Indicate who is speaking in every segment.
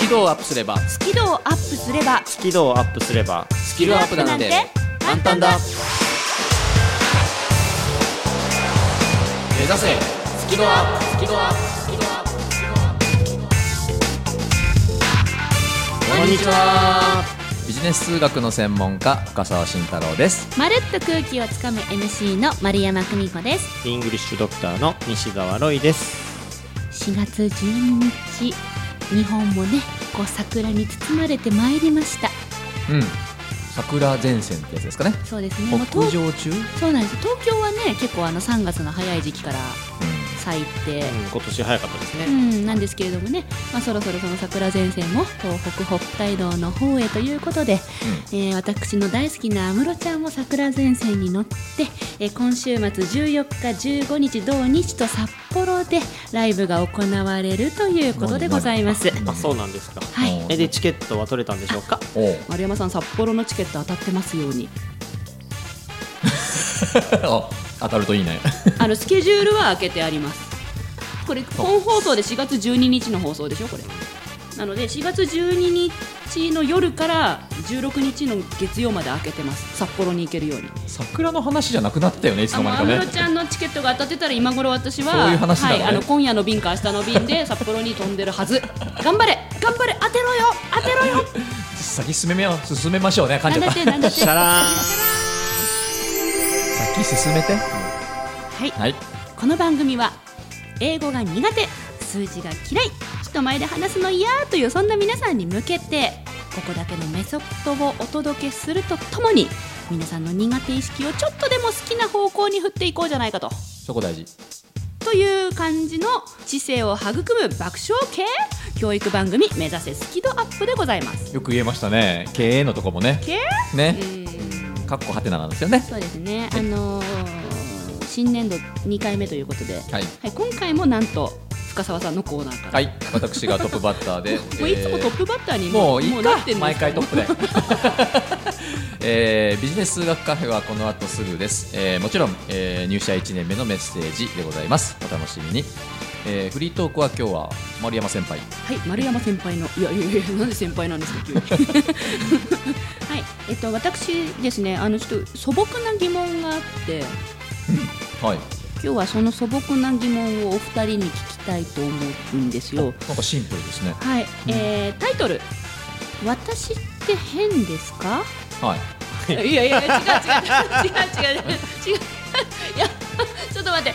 Speaker 1: キ度をアップすれば
Speaker 2: スキルをアップすれば
Speaker 3: スキルをアップすれば
Speaker 1: スキルアップなんて簡単だ目指せスキルアップスキルアップスキルアップこんにちはビジネス数学の専門家深澤慎太郎です
Speaker 2: まるっと空気をつかむ MC の丸山久美子です
Speaker 3: イングリッシュドクターの西澤ロイです
Speaker 2: 4月12日日本もねこう桜に包まれてまいりました
Speaker 1: うん桜前線ってやつですかね
Speaker 2: そうですねもう
Speaker 1: 北
Speaker 2: 東
Speaker 1: 上中、うん、
Speaker 2: そうなんです東京はね結構あの3月の早い時期から咲いて、
Speaker 3: うん今年早かったですね
Speaker 2: うん、なんですけれどもね、まあ、そろそろその桜前線も東北北海道の方へということで、えー私の大好きな安室ちゃんも桜前線に乗って、えー今週末14日15日同日と札幌でライブが行われるということでございます。
Speaker 3: あそうなんですか
Speaker 2: はい
Speaker 3: えでチケットは取れたんでしょう か
Speaker 1: おう
Speaker 2: 丸山さん札幌のチケット当たってますように
Speaker 1: あ当たるといいね
Speaker 2: あのスケジュールは開けてありますこれ本放送で4月12日の放送でしょこれなので4月12日の夜から16日の月曜まで開けてます札幌に行けるように
Speaker 1: 桜の話じゃなくなったよねいつ
Speaker 2: あ
Speaker 1: の
Speaker 2: の
Speaker 1: 間に
Speaker 2: 安
Speaker 1: かね
Speaker 2: 室ちゃんのチケットが当たってたら今頃私は
Speaker 1: そういう話だ
Speaker 2: は
Speaker 1: ね
Speaker 2: い、あの今夜の便か明日の便で札幌に飛んでるはず頑張れ頑張れ当てろよ当てろよ
Speaker 1: 先進めめよ進めましょうね感
Speaker 2: なん
Speaker 1: じゃっ
Speaker 2: だったてなんだって
Speaker 3: シャ
Speaker 2: は
Speaker 3: ラ
Speaker 1: 先進めて
Speaker 2: い
Speaker 1: はい
Speaker 2: この番組は英語が苦手数字が嫌い人前で話すの嫌というそんな皆さんに向けてここだけのメソッドをお届けするとともに皆さんの苦手意識をちょっとでも好きな方向に振っていこうじゃないかと
Speaker 1: そこ大事
Speaker 2: という感じの知性を育む爆笑系教育番組目指せスキドアップでございます
Speaker 1: よく言えましたね経営のとこもね
Speaker 2: 系
Speaker 1: ね
Speaker 2: う、ん
Speaker 1: かっこはてななんですよね
Speaker 2: そうですねあのー新年度2回目ということで、
Speaker 1: はい
Speaker 2: はい、今回もなんと深澤さんのコーナーから
Speaker 1: はい私がトップバッターで
Speaker 2: もういつもトップバッターに
Speaker 1: もういい
Speaker 2: な
Speaker 1: か
Speaker 2: ってんの
Speaker 1: 毎回トップで、 えービジネス数学カフェはこの後すぐです、えーもちろん、えー入社1年目のメッセージでございますお楽しみに、えーフリートークは今日は丸山先輩
Speaker 2: はい丸山先輩のいやいやいやなんで先輩なんですか 急にはいえっと私ですねあのちょっと素朴な疑問があって
Speaker 1: はい
Speaker 2: 今日はその素朴な疑問をお二人に聞きたいと思うんですよ
Speaker 1: なんかシンプルですね
Speaker 2: はい、えー、タイトル「私って変ですか?
Speaker 1: はい」
Speaker 2: いやいやいや違う違う違う違う違う違ういやちょっと待って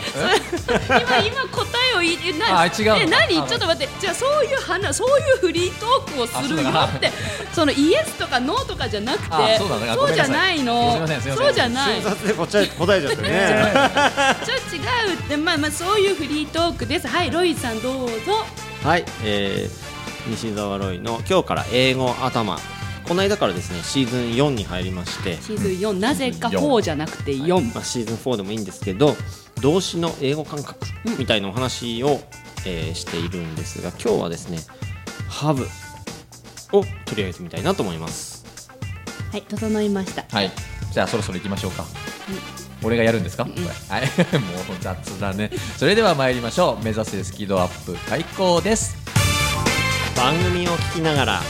Speaker 2: それ今今答えを言ってな
Speaker 1: あ違うの
Speaker 2: え何
Speaker 1: あ
Speaker 2: ちょ
Speaker 1: の
Speaker 2: っと待ってじゃあそういう話そういうフリートークをするよ
Speaker 1: あ
Speaker 2: っ
Speaker 1: そう
Speaker 2: て
Speaker 1: だ
Speaker 2: そのイエスとかノーとかじゃなくて
Speaker 1: あそうだねごめん
Speaker 2: じ
Speaker 1: な
Speaker 2: ゃ
Speaker 1: さい
Speaker 2: ないの
Speaker 1: すいませんすいません
Speaker 2: そうじゃない
Speaker 3: 瞬殺で答え答えちゃってね
Speaker 2: ちょっと違うってまあまあそういうフリートークですはいロイさんどうぞ
Speaker 3: はい、えー、西澤ロイの今日から英語頭この間からですねシーズン4に入りまして、
Speaker 2: シーズン4なぜか
Speaker 1: シーズン
Speaker 2: 4じゃなくて4、
Speaker 3: まあ、シーズン4でもいいんですけど動詞の英語感覚みたいなお話を、えーしているんですが今日はですね「have」を取り上げてみたいなと思います
Speaker 2: はい整いました
Speaker 1: はいじゃあそろそろ行きましょうか俺がやるんですか、これはい もう雑だねそれでは参りましょう目指せスキドアップ開講です
Speaker 3: 番組を聞きながら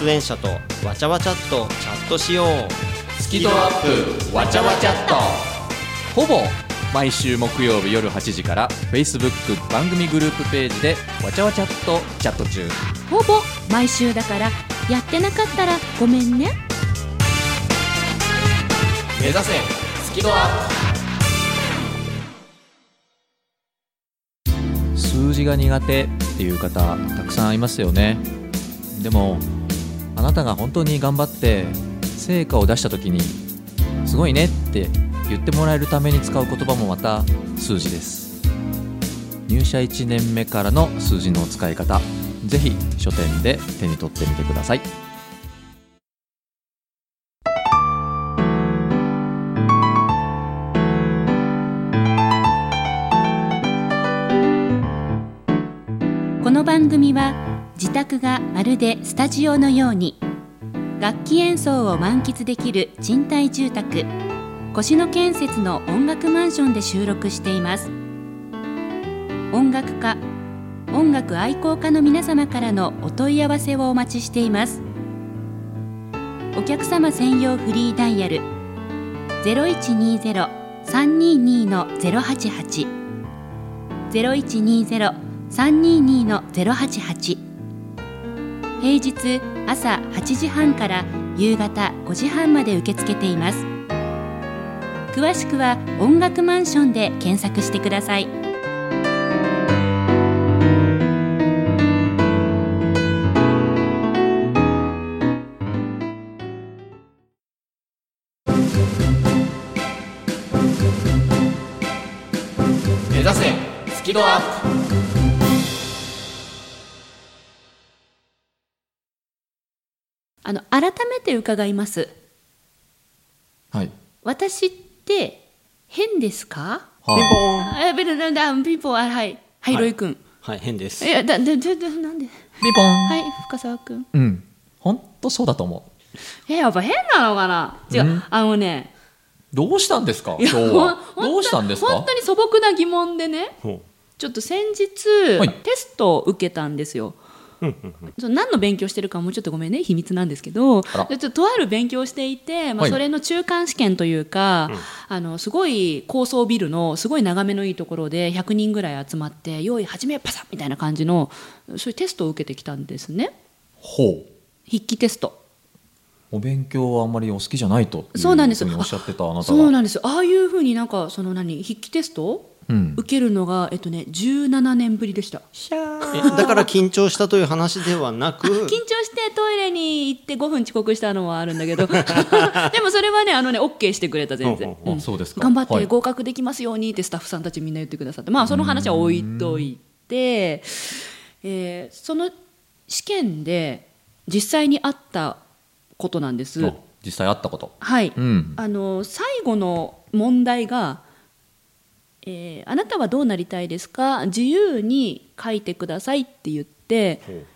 Speaker 3: 出演者とわちゃわちゃっとチャットしよう
Speaker 1: スキドアップわちゃわちゃっとほぼ毎週木曜日夜8時から Facebook 番組グループページでわちゃわちゃっとチャット中
Speaker 2: ほぼ毎週だからやってなかったらごめんね
Speaker 1: 目指せスキドアップ数字が苦手っていう方たくさんいますよねでもあなたが本当に頑張って成果を出した時に「すごいね」って言ってもらえるために使う言葉もまた数字です入社1年目からの数字の使い方ぜひ書店で手に取ってみてください
Speaker 2: この番組は自宅がまるでスタジオのように楽器演奏を満喫できる賃貸住宅越野建設の音楽マンションで収録しています音楽家音音楽愛好家の皆様からのお問い合わせをお待ちしていますお客様専用フリーダイヤル0120-322-088 0120-322-088平日朝8時半から夕方5時半まで受け付けています詳しくは音楽マンションで検索してください
Speaker 3: 目指せスキドアップ
Speaker 2: あの改めて伺います
Speaker 1: はい
Speaker 2: 私って変ですか
Speaker 3: ピンポ
Speaker 1: は
Speaker 3: ーン
Speaker 2: あやべだだだピンポンあはいはい
Speaker 3: はい
Speaker 2: ロイ君
Speaker 3: はい変です
Speaker 2: いやだだだだなんで
Speaker 1: いピンポン、
Speaker 2: はい深澤君
Speaker 1: うんほんとそうだと思う
Speaker 2: えやっぱ変なのかな違
Speaker 1: う
Speaker 2: うんあのね
Speaker 1: どうしたんですか今
Speaker 2: いや
Speaker 1: 日
Speaker 2: ほん
Speaker 1: は
Speaker 2: ほんと
Speaker 1: どうしたんですか
Speaker 2: 本当に素朴な疑問でね
Speaker 3: ほ
Speaker 2: ちょっと先日、
Speaker 1: はい
Speaker 2: テストを受けたんですよ。
Speaker 3: ううんうんうん
Speaker 2: ちょっと何の勉強してるかもうちょっとごめんね秘密なんですけど
Speaker 1: あら
Speaker 2: でちょっととある勉強をしていて、まあ、
Speaker 1: はい
Speaker 2: それの中間試験というか、あのすごい高層ビルのすごい眺めのいいところで100人ぐらい集まって「用意始めパサッ!」みたいな感じのそういうテストを受けてきたんですね
Speaker 1: ほう
Speaker 2: 筆記テスト。
Speaker 1: お勉強はあんまりお好きじゃないと
Speaker 2: そうなんです
Speaker 1: いふにおっしゃってたあなたは
Speaker 2: そうなんですああいうふうになんかその何筆記テストを
Speaker 1: うん
Speaker 2: 受けるのが、えっとね、17年ぶりでした。
Speaker 3: えだから緊張したという話ではな
Speaker 2: 緊張し
Speaker 3: く
Speaker 2: てトイレに行って5分遅刻したのはあるんだけ どでもそれはねあのね OK してくれた全然、
Speaker 3: うんうんうん
Speaker 2: ん
Speaker 1: あそうですか
Speaker 2: 頑張っ
Speaker 1: は
Speaker 2: て
Speaker 1: い
Speaker 2: 合格できますようにってスタッフさんたちみんな言ってくださってまあその話は置いといて、えーその試験で実際にあったことなんです、
Speaker 1: そう実際あったこと
Speaker 2: はい、
Speaker 1: うん
Speaker 2: あの最後の問題が、えーあなたはどうなりたいですか自由に書いてください」って言って
Speaker 3: ほう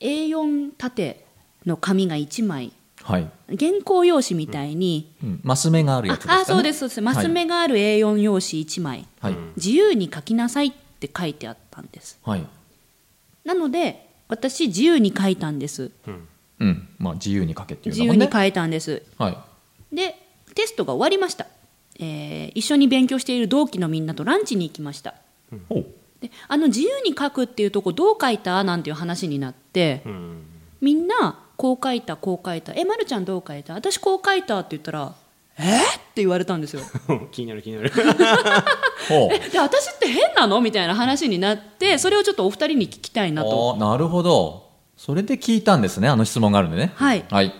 Speaker 2: A4 縦の紙が1枚
Speaker 1: はい、
Speaker 2: 原稿用紙みたいに、
Speaker 1: うん、マス目があるやつですか、ね、
Speaker 2: ああそうですそうですマス目がある A4 用紙1枚
Speaker 1: はい、
Speaker 2: 自由に書きなさいって書いてあったんです
Speaker 1: はい
Speaker 2: なので私自由に書いたんです
Speaker 3: うん
Speaker 1: うんまあ自由に書けっていうん
Speaker 2: 自
Speaker 1: だも
Speaker 2: 由
Speaker 1: んね
Speaker 2: に書いたんです
Speaker 1: はい
Speaker 2: でテストが終わりました、えー一緒に勉強している同期のみんなとランチに行きました
Speaker 1: おう
Speaker 2: であの自由に書くっていうとこどう書いたなんていう話になって、
Speaker 3: うん
Speaker 2: みんなこう書いたこう書いたえまるちゃんどう書いた私こう書いたって言ったらえー、って言われたんですよ
Speaker 3: 気になる気になる
Speaker 1: ほう
Speaker 2: で私って変なのみたいな話になってそれをちょっとお二人に聞きたいなと
Speaker 1: あーなるほどそれで聞いたんですねあの質問があるんでね
Speaker 2: はい
Speaker 1: はい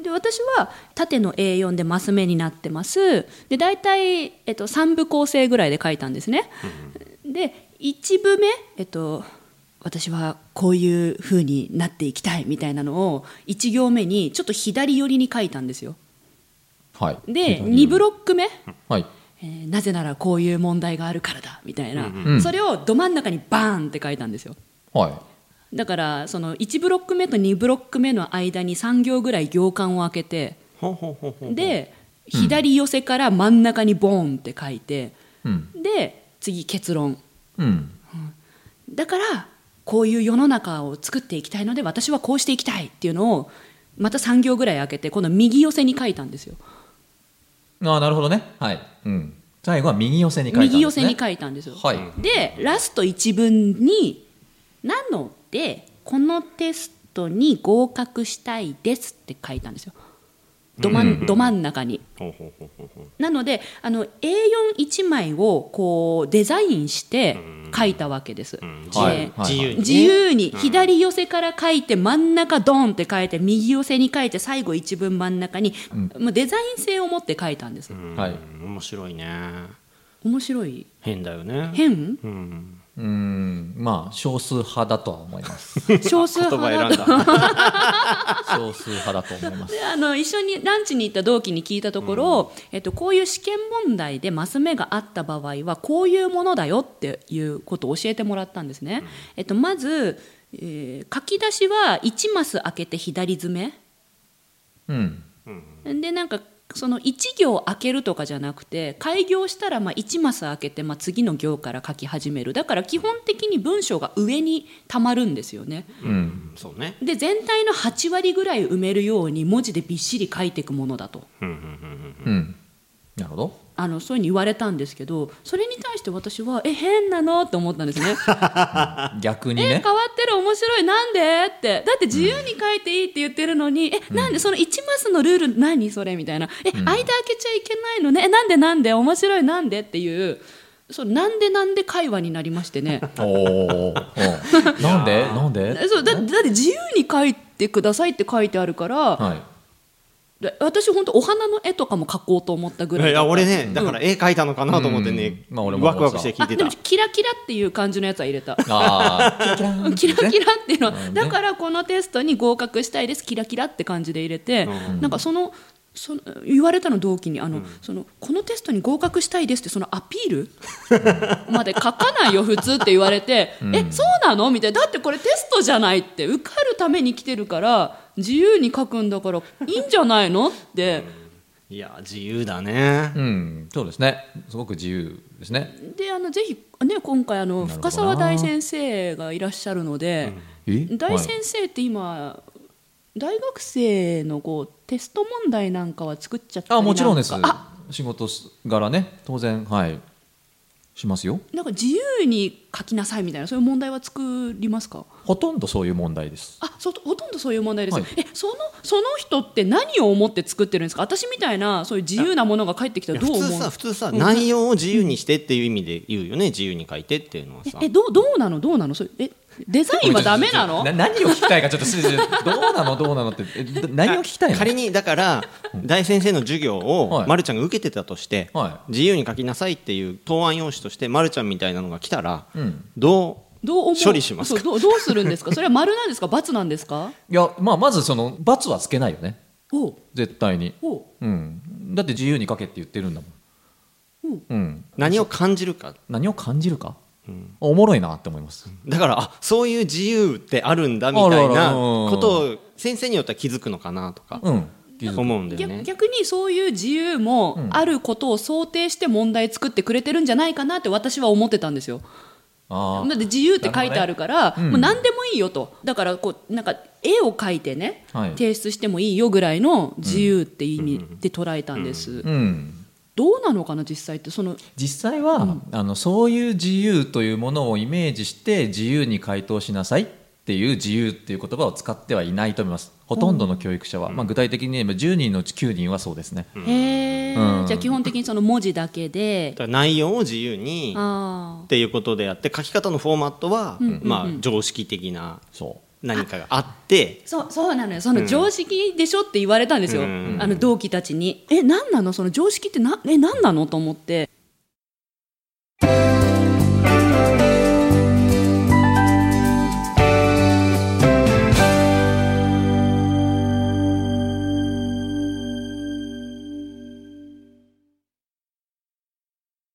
Speaker 2: で私は縦の A4 でマス目になってますで大体、えっと、3部構成ぐらいで書いたんですね、で1部目、えっと、私はこういう風になっていきたいみたいなのを1行目にちょっと左寄りに書いたんですよ
Speaker 1: はい
Speaker 2: で2ブ
Speaker 1: ロ
Speaker 2: ロック目、
Speaker 1: はい
Speaker 2: えーなぜならこういう問題があるからだみたいな、
Speaker 3: うん
Speaker 1: うん
Speaker 2: それをど真ん中にバーンって書いたんですよ
Speaker 1: は
Speaker 2: だからその1ブロック目と2ブロック目の間に3行ぐらい行間を空けて
Speaker 3: ほうほうほうほう
Speaker 2: で左寄せから真ん中にボーンって書いて
Speaker 1: いうん
Speaker 2: で次結論
Speaker 1: うん
Speaker 2: だからこういう世の中を作っていきたいので私はこうしていきたいっていうのをまた3行ぐらい空けて今度右寄せに書いたんですよ
Speaker 1: あーなるほどねはい、うん、最後は右寄せに書いたんです、ね、
Speaker 2: 右寄せに書いたんですよ、
Speaker 1: はい、
Speaker 2: でラスト1文に「なのでこのテストに合格したいです」って書いたんですよど真ん,、ど真ん中に。
Speaker 3: ほうほうほうほうほう
Speaker 2: なのであの A41 枚をこうデザインして書いたわけです。
Speaker 3: うん自由
Speaker 1: はいはい
Speaker 3: 自由にね
Speaker 2: 自由に左寄せから書いて真ん中ドンって書いて右寄せに書いて最後一文真ん中に、もうデザイン性を持って書いたんです
Speaker 3: うん
Speaker 1: はい
Speaker 3: 面白いね
Speaker 2: 面白い
Speaker 3: 変だよね
Speaker 2: 変
Speaker 3: うん
Speaker 1: うんまあ少数派だとは思います
Speaker 2: 少数
Speaker 3: 言葉
Speaker 2: 派だ
Speaker 3: 選
Speaker 2: と
Speaker 3: んだ
Speaker 1: 少数派だと思います
Speaker 2: であの一緒にランチに行った同期に聞いたところ、えっと、こういう試験問題でマス目があった場合はこういうものだよっていうことを教えてもらったんですね、えっと、まず、えー書き出しは1マス開けて左詰
Speaker 1: うん
Speaker 2: めでなんかその1行開けるとかじゃなくて開業したらまあ1マス開けて、まあ、次の行から書き始めるだから基本的に文章が上にたまるんですよね
Speaker 1: うん
Speaker 3: そうね
Speaker 2: で全体の8割ぐらい埋めるように文字でびっしり書いていくものだと。
Speaker 3: うんうんうん
Speaker 1: うんなるほど
Speaker 2: あのそういうふうに言われたんですけどそれに対して私はえ変なのって思ったんです ね
Speaker 1: 逆に
Speaker 2: え変
Speaker 1: ね
Speaker 2: わってる面白いなんでってだって自由に書いていいって言ってるのに、えなんでその1マスのルール何それみたいなえ、間開けちゃいけないのねえなんでなんで面白いなんでっていうそうなんでなんで会話になりまして ね
Speaker 1: おおーうんなんでなんで
Speaker 2: そうだだって自由に書いてくださいって書いてあるから、
Speaker 1: はい
Speaker 2: で私本当お花の絵とかも描こうと思ったぐらい
Speaker 3: い
Speaker 2: だ
Speaker 3: や
Speaker 2: った
Speaker 3: 俺ねだから絵描いたのかなと思ってね、
Speaker 1: うんまあ俺も
Speaker 3: ワクワクして聞
Speaker 2: あ
Speaker 3: いて
Speaker 2: で
Speaker 3: た
Speaker 2: もキラキラっていう感じのやつは入れた
Speaker 1: ああ
Speaker 2: キラキラっていうの
Speaker 1: う
Speaker 2: は、
Speaker 1: ん
Speaker 2: だからこのテストに合格したいですキラキラって感じで入れて、
Speaker 3: う
Speaker 2: なんかそのその言われたの同期にあの、そのこのテストに合格したいですってそのアピール まで書かないよ普通って言われて、えそうなのみたいなだってこれテストじゃないって受かるために来てるから自由に書くんだからいいんじゃないのって
Speaker 3: いや自由だね
Speaker 1: うんそうですねすごく自由ですね
Speaker 2: であのぜひ、ね、今回あ
Speaker 1: なる
Speaker 2: の
Speaker 1: ほどな
Speaker 2: 深澤大先生がいらっしゃるので。
Speaker 1: え
Speaker 2: 大先生って今大学生のこうテスト問題なんかは作っちゃったり
Speaker 1: あもちろんです
Speaker 2: なんか
Speaker 1: 仕事柄ね当然はいしますよ
Speaker 2: あなんか自由に書きなさいみたいなそういう問題は作りますか
Speaker 1: ほとんどそういう問題です
Speaker 2: あそうほとんどそういう問題で
Speaker 1: は
Speaker 2: す、
Speaker 1: い
Speaker 2: えそのその人って何を思って作ってるんですか私みたいなそういう自由なものが返ってきた
Speaker 3: い
Speaker 2: ら
Speaker 3: や
Speaker 2: どう
Speaker 3: 普
Speaker 2: 思う
Speaker 3: 通さ普通さ
Speaker 2: うん
Speaker 3: 内容を自由にしてっていう意味で言うよね自由に書いてっていうのはさ
Speaker 2: えどうどうなのどうなのそれえデザインはダメなの
Speaker 1: 何を聞きたいかちょっとすいませんどうなのどうなのってえど何を聞きたいの
Speaker 3: 仮にだから大先生の授業
Speaker 1: は
Speaker 3: を
Speaker 1: い
Speaker 3: まるちゃんが受けてたとして
Speaker 1: は
Speaker 3: 自由に書きなさいっていう答案用紙としてまるちゃんみたいなのが来たら
Speaker 1: うん
Speaker 3: どう
Speaker 2: どう思う
Speaker 3: 処理しますか
Speaker 2: そうどうどうするんですかそれは丸なんですか×なんですか
Speaker 1: いやまあまずその罰はつけないよね
Speaker 2: おう
Speaker 1: 絶対に
Speaker 2: おう
Speaker 1: うんだって自由に書けって言ってるんだもんうん
Speaker 3: 何を感じるか
Speaker 1: 何を感じるかおもろいなって思います
Speaker 3: だからあそういう自由ってあるんだみたい
Speaker 1: あるあ
Speaker 3: な
Speaker 1: るうん
Speaker 3: ことを先生によっては気づくのかなとか
Speaker 1: うん気づく
Speaker 3: 思うんだよ
Speaker 2: 逆
Speaker 3: ね。
Speaker 2: 逆にそういう自由もあることを想定して問題作ってくれてるんじゃないかなって私は思ってたんですよ。だ
Speaker 1: あ
Speaker 2: って自由って書いてあるから
Speaker 1: どねうん
Speaker 2: もう何でもいいよとだからこうなんか絵を描いてね、
Speaker 1: はい
Speaker 2: 提出してもいいよぐらいの自由って意味で捉えたんです、
Speaker 1: あうん
Speaker 2: どうなのかな実際ってその
Speaker 1: 実際は、あのそういう自由というものをイメージして自由に回答しなさいっていう自由っていう言葉を使ってはいないと思いますほとんどの教育者は、まあ、具体的に言えば10人のうち9人はそうですね、
Speaker 2: へー
Speaker 1: うん
Speaker 2: じゃあ基本的にその文字だけで
Speaker 3: だから内容を自由に
Speaker 2: あ
Speaker 3: っていうことであって書き方のフォーマットは、
Speaker 2: んうんうん
Speaker 3: まあ、常識的な
Speaker 1: そ
Speaker 3: 何かがあって
Speaker 2: ーそうそうなのよその常識でしょって言われたんですよ、
Speaker 3: うん
Speaker 2: あの同期たちに「え何なのその常識ってなえ何なの?」と思って
Speaker 1: うん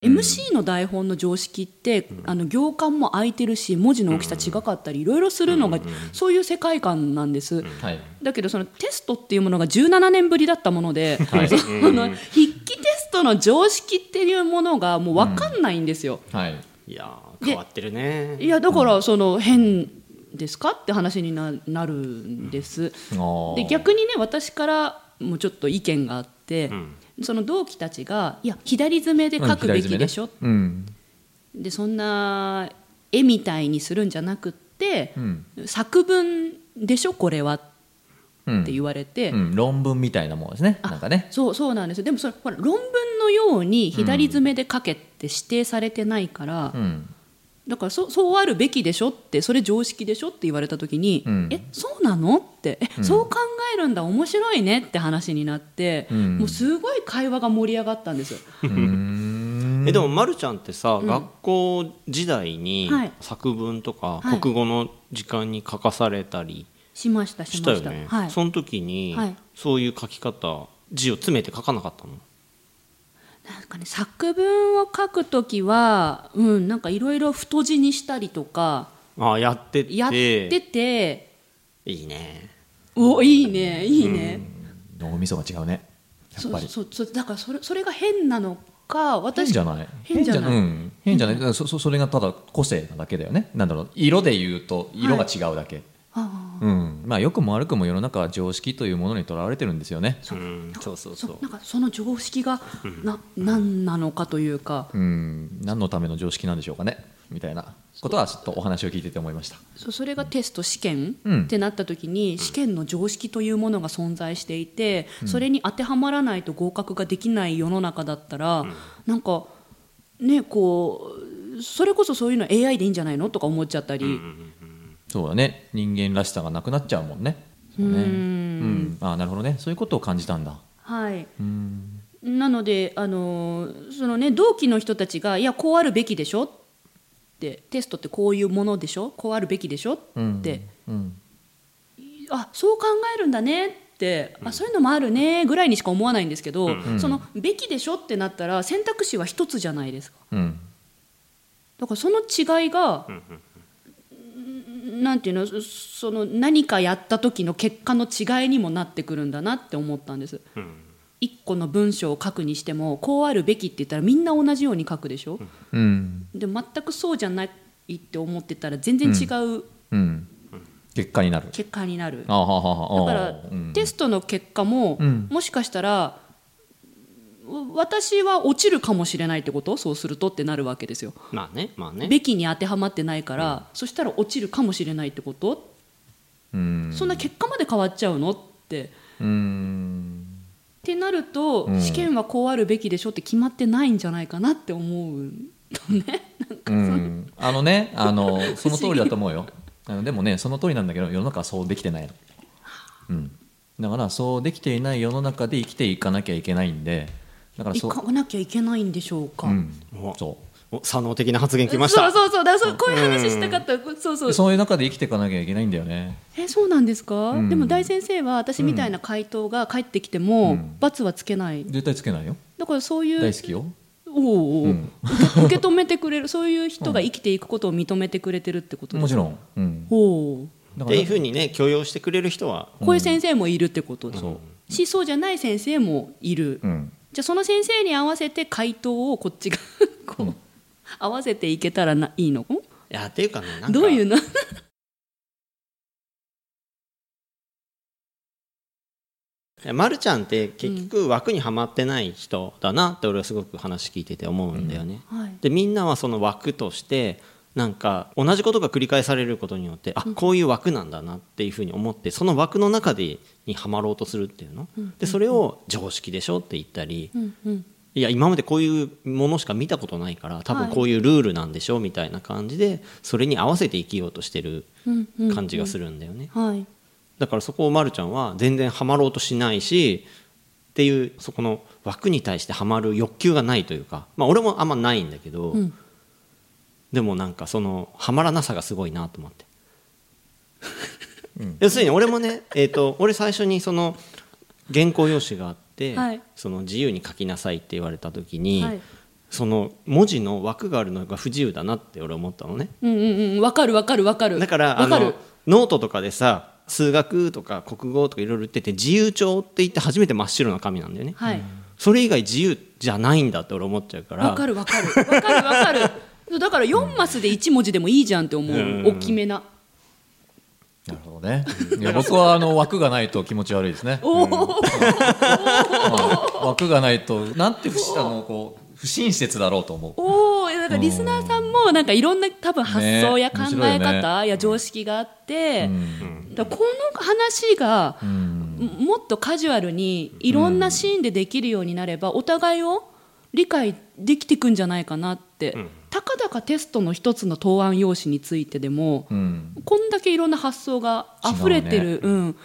Speaker 2: MC の台本の常識って、あの行間も空いてるし文字の大きさ違かったりいろいろするのが、そういう世界観なんです、
Speaker 1: うはい
Speaker 2: だけどそのテストっていうものが17年ぶりだったもので、
Speaker 1: はい
Speaker 2: その筆記テストの常識っていうものがもう分かんないんですよ。
Speaker 1: はい
Speaker 3: いやー
Speaker 2: で
Speaker 3: 変わってるね
Speaker 2: いやだからその変ですかって話にななるんです。
Speaker 1: あー
Speaker 2: で逆にね私からもちょっと意見があって、
Speaker 3: ん
Speaker 2: その同期たちが「いや左詰めで書くべきでしょ」
Speaker 1: うん
Speaker 2: でそんな絵みたいにするんじゃなくって、
Speaker 1: うん
Speaker 2: 作文でしょこれはっ
Speaker 1: うん
Speaker 2: て言われて、
Speaker 1: うん、論文みたいなものですね
Speaker 2: あ
Speaker 1: なんかね
Speaker 2: そうそうなんですよでもそれほら論文のように左詰めで書けって指定されてないから、
Speaker 1: うん
Speaker 2: だからそそうあるべきでしょってそれ常識でしょって言われた時に、
Speaker 1: うん
Speaker 2: えそうなのってえ、
Speaker 1: うん
Speaker 2: そう考えるんだ面白いねって話になって、
Speaker 1: うん
Speaker 2: もうすごい会話が盛り上がったんですよ。
Speaker 1: うーん
Speaker 3: えでも、ま、るちゃんってさ、
Speaker 2: ん
Speaker 3: 学校時代に
Speaker 2: はい
Speaker 3: 作文とか
Speaker 2: はい
Speaker 3: 国語の時間に書かされたり
Speaker 2: しましたし
Speaker 3: し
Speaker 2: ま
Speaker 3: た
Speaker 2: し
Speaker 3: よ
Speaker 2: た
Speaker 3: ね、
Speaker 2: はい
Speaker 3: その時に、
Speaker 2: はい
Speaker 3: そういう書き方字を詰めて書かなかったの
Speaker 2: なんかね作文を書くときはうんなんかいろいろ太字にしたりとか
Speaker 3: ああやってて
Speaker 2: やってて
Speaker 3: いいね
Speaker 2: おいいねいいね、
Speaker 1: 脳みそが違うねやっ
Speaker 2: そう
Speaker 1: ぱり
Speaker 2: そうそうだからそれそれが変なのか
Speaker 1: 変
Speaker 2: 私
Speaker 1: じゃない
Speaker 2: 変じゃない
Speaker 1: うん変じゃないだからそそそれがただ個性なだけだよねなんだろう色で言うと色が違うだけ、
Speaker 2: ああ
Speaker 1: うんまあ、良くも悪くも世の中は常識というものにとらわれてるんですよね
Speaker 2: そう
Speaker 3: うんそうそう
Speaker 2: そ
Speaker 3: そうう
Speaker 2: なんかその常識がな何なのかというか
Speaker 1: うん何のための常識なんでしょうかねみたいなことはちょっとお話を聞いてて思いました
Speaker 2: そうそれがテスト試験
Speaker 1: うん
Speaker 2: ってなった時に、試験の常識というものが存在していて、それに当てはまらないと合格ができない世の中だったら、なんかねこうそれこそそういうの AI でいいんじゃないのとか思っちゃったり、
Speaker 1: そうだね人間らしさがなくなっちゃうもんねそうね
Speaker 2: う
Speaker 1: う
Speaker 2: ーん
Speaker 1: んああなるほどねそういうことを感じたんだ
Speaker 2: はい、
Speaker 1: うん
Speaker 2: なので、あのーそのね、同期の人たちが「いやこうあるべきでしょ」ってテストってこういうものでしょこうあるべきでしょって、
Speaker 1: うんうん
Speaker 2: あそう考えるんだねって、あそういうのもあるねぐらいにしか思わないんですけど、
Speaker 1: ん
Speaker 2: その「べきでしょ」ってなったら選択肢は一つじゃないですか
Speaker 1: うん
Speaker 2: だからその違いが、なんていうのそその何かやった時の結果の違いにもなってくるんだなって思ったんです
Speaker 3: うん
Speaker 2: 一個の文章を書くにしてもこうあるべきって言ったらみんな同じように書くでしょ、
Speaker 1: うん
Speaker 2: でも全くそうじゃないって思ってたら全然違う
Speaker 1: うん結果になる
Speaker 2: 結果になる、
Speaker 1: ああはあはあ
Speaker 2: だ
Speaker 1: ああ
Speaker 2: から
Speaker 1: うん
Speaker 2: テストの結果も、
Speaker 1: うん
Speaker 2: もしかしたらわ私は落ちるかもしれないってことそうするとってなるわけですよ。
Speaker 3: まあねまあね
Speaker 2: べきに当てはまってないから、そしたら落ちるかもしれないってこと、
Speaker 1: うん
Speaker 2: そんな結果まで変わっちゃうのって。っ
Speaker 1: うん
Speaker 2: てなると、
Speaker 1: うん
Speaker 2: 試験はこうあるべきでしょって決まってないんじゃないかなって思う
Speaker 1: うんあのねあのその通りだと思う よあのでもねその通りなんだけど世の中はそうできてないの、うん、だからそうできていない世の中で生きていかなきゃいけないんでだからそ
Speaker 2: 行
Speaker 1: う、
Speaker 2: かなきゃいけないんでしょうか。
Speaker 1: うん
Speaker 3: お、
Speaker 1: そ
Speaker 3: お左脳的な発言きました
Speaker 2: そうそうそうだからそうこういう話したかった、そうそう
Speaker 1: うそういう中で生きていかなきゃいけないんだよね
Speaker 2: えそうなんですか、
Speaker 1: うん
Speaker 2: でも大先生は私みたいな回答が返ってきても、
Speaker 1: うん
Speaker 2: 罰はつけない
Speaker 1: 絶対つけないよ
Speaker 2: だからそういう
Speaker 1: 大好きよ
Speaker 2: おうおう
Speaker 1: うん
Speaker 2: 受け受け止めてくれるそういう人が生きていくことを認めてくれてるってことで
Speaker 1: も
Speaker 2: す
Speaker 1: ちろん、うん、
Speaker 2: おう
Speaker 1: だ
Speaker 3: っていうふうにね強要してくれる人は
Speaker 2: こういう先生もいるってことです、
Speaker 1: そ
Speaker 2: しそうじゃない先生もいる、
Speaker 1: う、うん、
Speaker 2: じゃあその先生に合わせて回答をこっちがこう、
Speaker 1: うん
Speaker 2: 合わせていけたらないいの
Speaker 3: いやっていうかねなんか
Speaker 2: どういうの
Speaker 3: いやまるちゃんって結局枠にはまってない人だなって俺はすごく話聞いてて思うんだよね。
Speaker 2: はい
Speaker 3: でみんなはその枠としてなんか同じことが繰り返されることによってあこういう枠なんだなっていうふうに思ってその枠の中でにはまろうとするっていうのでそれを常識でしょって言ったり
Speaker 2: うんうん
Speaker 3: いや今までこういうものしか見たことないから多分こういうルールなんでしょみたいな感じでそれに合わせて生きようとしてる
Speaker 2: うんうん
Speaker 3: 感じがするんだよね。
Speaker 2: はい
Speaker 3: だからそこをまるちゃんは全然ハマろうとしないしっていうそこの枠に対してハマる欲求がないというか、まあ、俺もあんまないんだけど、
Speaker 2: ん
Speaker 3: でもなんかそのハマらなさがすごいなと思って、要するに俺もね、えー、と俺最初にその原稿用紙があって、
Speaker 2: はい
Speaker 3: その自由に書きなさいって言われた時に、
Speaker 2: はい
Speaker 3: その文字の枠があるのが不自由だなって俺思ったのね。
Speaker 2: うんうんうんわかるわかるわかる
Speaker 3: だからあ
Speaker 2: わか
Speaker 3: の
Speaker 2: る
Speaker 3: ノートとかでさ数学とか国語とかいろいろ言ってて自由帳って言って初めて真っ白な紙なんだよね、
Speaker 2: はい、
Speaker 3: それ以外自由じゃないんだって俺思っちゃうから
Speaker 2: わかるわかるわかるわかるだから4マスで1文字でもいいじゃんって思う、
Speaker 3: うん
Speaker 2: 大きめな
Speaker 1: なるほどねいや僕はあの枠がないと気持ち悪いですね
Speaker 2: おお、
Speaker 1: うん枠がないとなんて不あのこう不親切だろうと思う
Speaker 2: おおなんかリスナーさんもなんかいろんな多分発想や
Speaker 1: ね
Speaker 2: 考
Speaker 1: 面白い
Speaker 2: え
Speaker 1: よね
Speaker 2: 方や常識があって、
Speaker 1: うん
Speaker 2: だからこの話が
Speaker 1: う、ん
Speaker 2: もっとカジュアルにいろんなシーンでできるようになれば、お互いを理解できていくんじゃないかなって、たかだかテストの一つの答案用紙についてでも、
Speaker 1: うん
Speaker 2: こんだけいろんな発想が溢れてるう、ん、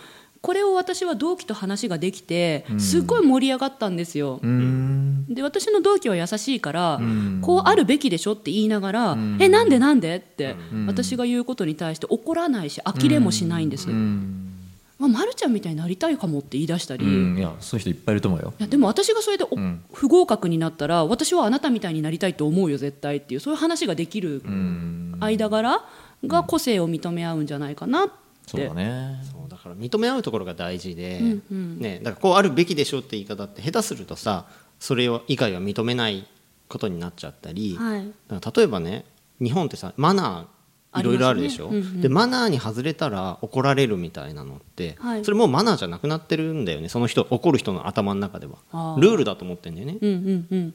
Speaker 2: これを私は同期と話ができてすっごい盛り上がったんですよ。
Speaker 1: うん
Speaker 2: で私の同期は優しいから、
Speaker 1: ん
Speaker 2: こうあるべきでしょって言いながら「
Speaker 1: ん
Speaker 2: えなんでなんで?」って、
Speaker 1: ん
Speaker 2: 私が言うことに対して怒らないし呆れもしないんです、
Speaker 1: うん、
Speaker 2: まあ、まるちゃんみたいになりたいかもって言い出したり、
Speaker 1: うん、
Speaker 2: い
Speaker 1: いやそういう人いっぱいいると思うよ
Speaker 2: やでも私がそれでお、
Speaker 1: ん
Speaker 2: 不合格になったら私はあなたみたいになりたいと思うよ絶対っていうそういう話ができる
Speaker 1: うん
Speaker 2: 間柄が個性を認め合うんじゃないかなって。
Speaker 1: そうだね
Speaker 3: そうだから認め合うところが大事で、
Speaker 2: んうん
Speaker 3: ね、だからこうあるべきでしょって言い方って下手するとさそれを以外は認めないことになっちゃったり、
Speaker 2: はい
Speaker 3: だから例えばね日本ってさマナーいろいろあるでしょ、
Speaker 2: ありますねうんうん
Speaker 3: でマナーに外れたら怒られるみたいなのって、
Speaker 2: はい
Speaker 3: それもうマナーじゃなくなってるんだよねその人怒る人の頭の中で
Speaker 2: あ
Speaker 3: は
Speaker 2: ー
Speaker 3: ルールだと思ってんだよね、
Speaker 2: うんうんうん、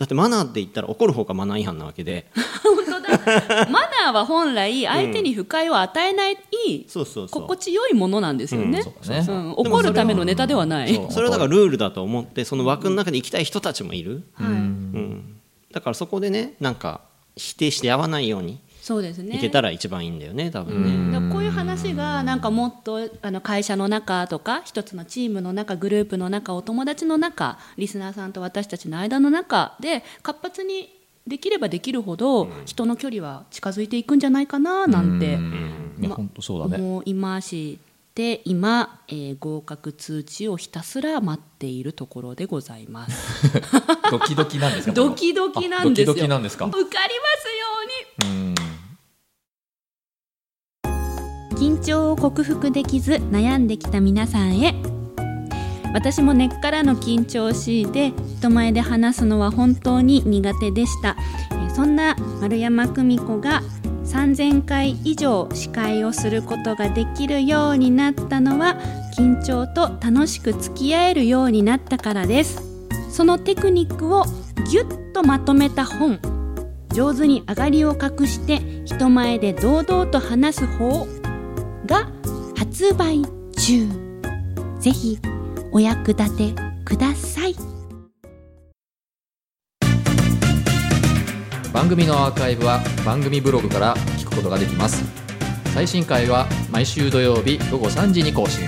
Speaker 3: だってマナーって言ったら怒る方がマナー違反なわ けで
Speaker 2: 本当だマナーは本来相手に不快を与えない
Speaker 3: そうそうそう
Speaker 2: 心地よいものなんですよね,、
Speaker 3: うん
Speaker 1: そうだね
Speaker 2: ん怒るためのネタではない、
Speaker 1: そう
Speaker 3: それはだからルールだと思ってその枠の中に行きたい人たちもいる、
Speaker 2: はい、
Speaker 3: うん、だからそこでねなんか否定して合わないように
Speaker 2: そうですね
Speaker 3: いけたら一番いいんだよね多
Speaker 2: う
Speaker 3: 分ね、
Speaker 2: んだからこういう話がなんかもっとあの会社の中とか一つのチームの中グループの中お友達の中リスナーさんと私たちの間の中で活発にできればできるほど人の距離は近づいていくんじゃないかななんて
Speaker 1: うんいや
Speaker 2: ま
Speaker 1: 本当そうだね
Speaker 2: 思いまして今、えー合格通知をひたすら待っているところでございます
Speaker 1: ドキドキなんですか
Speaker 2: ドキドキなんです
Speaker 1: あドキ
Speaker 2: よ
Speaker 1: ドキなんですか
Speaker 2: 受かります
Speaker 1: うん
Speaker 2: ように緊張を克服できず悩んできた皆さんへ私も根っからの緊張を強いて人前で話すのは本当に苦手でしたえーそんな丸山久美子が3000回以上司会をすることができるようになったのは緊張と楽しく付き合えるようになったからですそのテクニックをぎゅっとまとめた本上手に上がりを隠して人前で堂々と話す方が発売中ぜひお役立てください。
Speaker 1: 番組のアーカイブは番組ブログから聞くことができます最新回は毎週土曜日午後3時に更新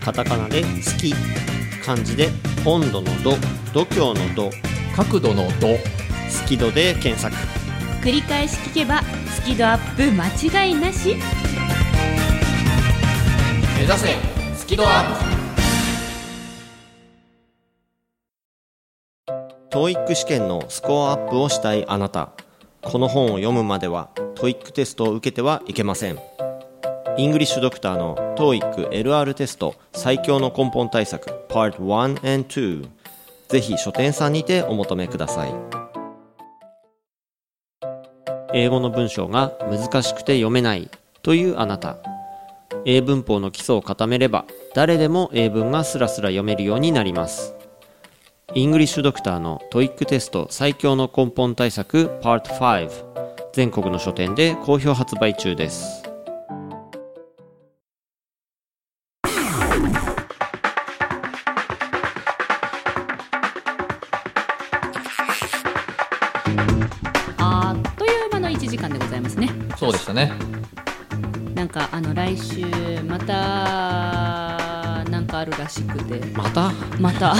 Speaker 3: カタカナで「好き」漢字で「温度の度」「度胸の度」
Speaker 1: 角度の度
Speaker 3: 「好き度」で検索
Speaker 2: 繰り返し聞けばスキドアップ間違いなし
Speaker 1: 目指せスキドアップ
Speaker 3: TOEIC 試験のスコアアップをしたいあなたこの本を読むまでは TOEIC テストを受けてはいけませんイングリッシュドクターの TOEICLR テスト最強の根本対策 Part 1 and 2ぜひ書店さんにてお求めください英語の文章が難しくて読めないというあなた英文法の基礎を固めれば誰でも英文がスラスラ読めるようになりますイングリッシュドクターのトイックテスト最強の根本対策 Part5 全国の書店で好評発売中です
Speaker 2: あっという間の1時間でございますね
Speaker 1: そうでしたね
Speaker 2: なんかあの来週またなんかあるらしくて
Speaker 3: また
Speaker 2: また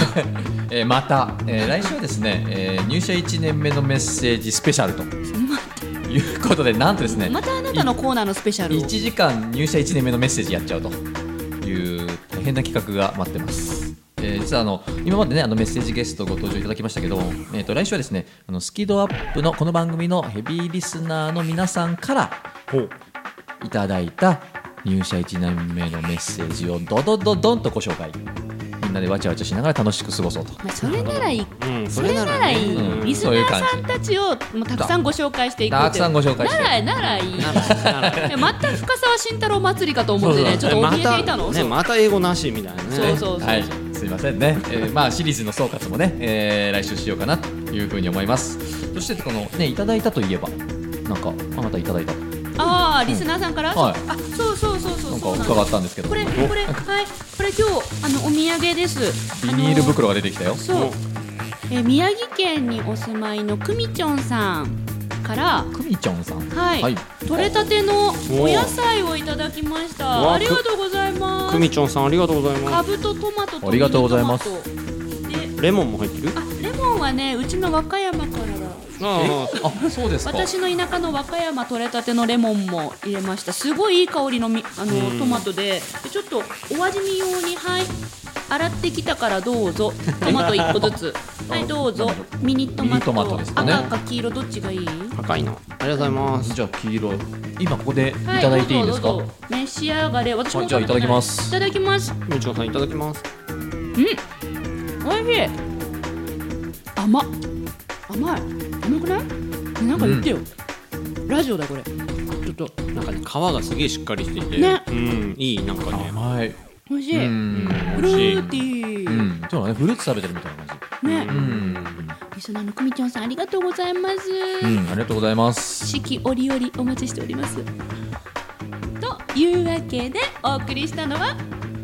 Speaker 1: えーまた、えー来週はですね、えー入社1年目のメッセージスペシャルということでなんとですね
Speaker 2: またあなたのコーナーのスペシャルを
Speaker 1: 1時間入社1年目のメッセージやっちゃうという大変な企画が待ってます、えー実はあの今までねあのメッセージゲストご登場いただきましたけど、えー、と来週はですねあのスキドアップのこの番組のヘビーリスナーの皆さんからいただいた入社1年目のメッセージをドドドドンとご紹介みんなでわちゃわちゃしながら楽しく過ごそうと
Speaker 2: まあそれならいい
Speaker 3: うん
Speaker 2: それならいい、
Speaker 1: うん
Speaker 2: リスナーさんたちをもうたくさんご紹介していくって
Speaker 1: たくさんご紹介して
Speaker 2: ならならいいいやまた深沢慎太郎祭りかと思ってねちょっと
Speaker 3: ま
Speaker 2: 怯えていた
Speaker 3: た
Speaker 2: の、
Speaker 3: ね
Speaker 2: そう
Speaker 3: また英語なしみたいなね
Speaker 2: そうそうそう
Speaker 1: はい、すいませんね、えーまあシリーズの総括もね、えー来週しようかなというふうに思いますそしてこのねいただいたといえばなんかあなたいただいたなん
Speaker 2: ああリスナーさんから、
Speaker 1: はい
Speaker 2: あそうそうそうそう
Speaker 1: か
Speaker 2: そうなん
Speaker 1: 伺
Speaker 2: で
Speaker 1: っ
Speaker 2: す
Speaker 1: たんですけど
Speaker 2: これこれはいこれ今日あのお土産です
Speaker 1: ビニール
Speaker 2: あの
Speaker 1: 袋が出てきたよ
Speaker 2: そう、えー宮城県にお住まいのくみちょんさんから
Speaker 1: くみちゃんさん
Speaker 2: はい、
Speaker 1: はい
Speaker 2: 取れたてのお野菜をいただきまし
Speaker 3: う
Speaker 2: た
Speaker 3: わ
Speaker 2: ありがとうございま
Speaker 3: く
Speaker 2: す
Speaker 3: みちょんさんありがとうございま
Speaker 2: カブとトマトと
Speaker 1: ありがとうございます
Speaker 2: ミニトマトです
Speaker 3: レモンも入ってる
Speaker 2: あレモン本はねうちの和歌山からだ
Speaker 3: ああ
Speaker 1: あそうですか
Speaker 2: 私の田舎の和歌山取れたてのレモンも入れましたすごいいい香りのみあのトマトででちょっとお味見用にはい洗ってきたからどう ぞトマト1個ずつはいどうぞミニトマ
Speaker 1: ミ
Speaker 2: ト
Speaker 1: ニトマトですかね
Speaker 2: 赤か黄色どっちがいい
Speaker 3: 赤いのありがとうございます
Speaker 1: じゃあ黄色今ここでいただいていいですか、
Speaker 2: どうぞどうぞ召し上がれ私も
Speaker 1: はいじゃあいただきます
Speaker 2: いただきます
Speaker 3: みちおさんいただきます
Speaker 2: おいしい甘っ甘い甘くないねなんか言ってよ、ラジオだこれちょっと
Speaker 3: なんかね皮がすげえしっかりしていて、
Speaker 2: ね
Speaker 3: うんいいなんかね
Speaker 1: 甘い
Speaker 2: 美味し
Speaker 1: う
Speaker 2: い、
Speaker 1: ん
Speaker 2: フルーティ
Speaker 1: う
Speaker 2: ー、
Speaker 1: んそうだねフルーツ食べてるみたいな感
Speaker 2: ね、
Speaker 1: じうん
Speaker 2: リスナーのくみちゃんさんありがとうございます、
Speaker 1: うんありがとうございます
Speaker 2: 四季折々お待ちしておりますというわけでお送りしたのは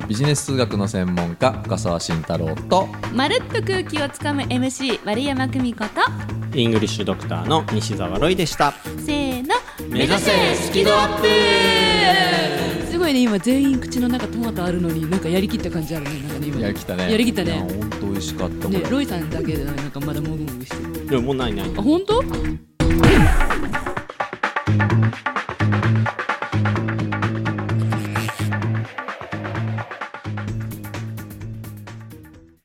Speaker 1: ビジネス数学の専門家深澤慎太郎と
Speaker 2: まるっと空気をつかむ MC 丸山久美子と
Speaker 3: イングリッシュドクターの西澤ロイでした
Speaker 2: せーの
Speaker 3: 目指せスキドアッ
Speaker 2: プすごいね今全員口の中トマトあるのになんかやりきった感じあるねなんかね今
Speaker 1: やりきったね
Speaker 2: やりきった
Speaker 1: いや
Speaker 2: ね
Speaker 1: 本当美味しかったこれ
Speaker 2: ねロイさんだけでなんかまだもぐもぐしてる
Speaker 3: でももうないない
Speaker 2: あ本当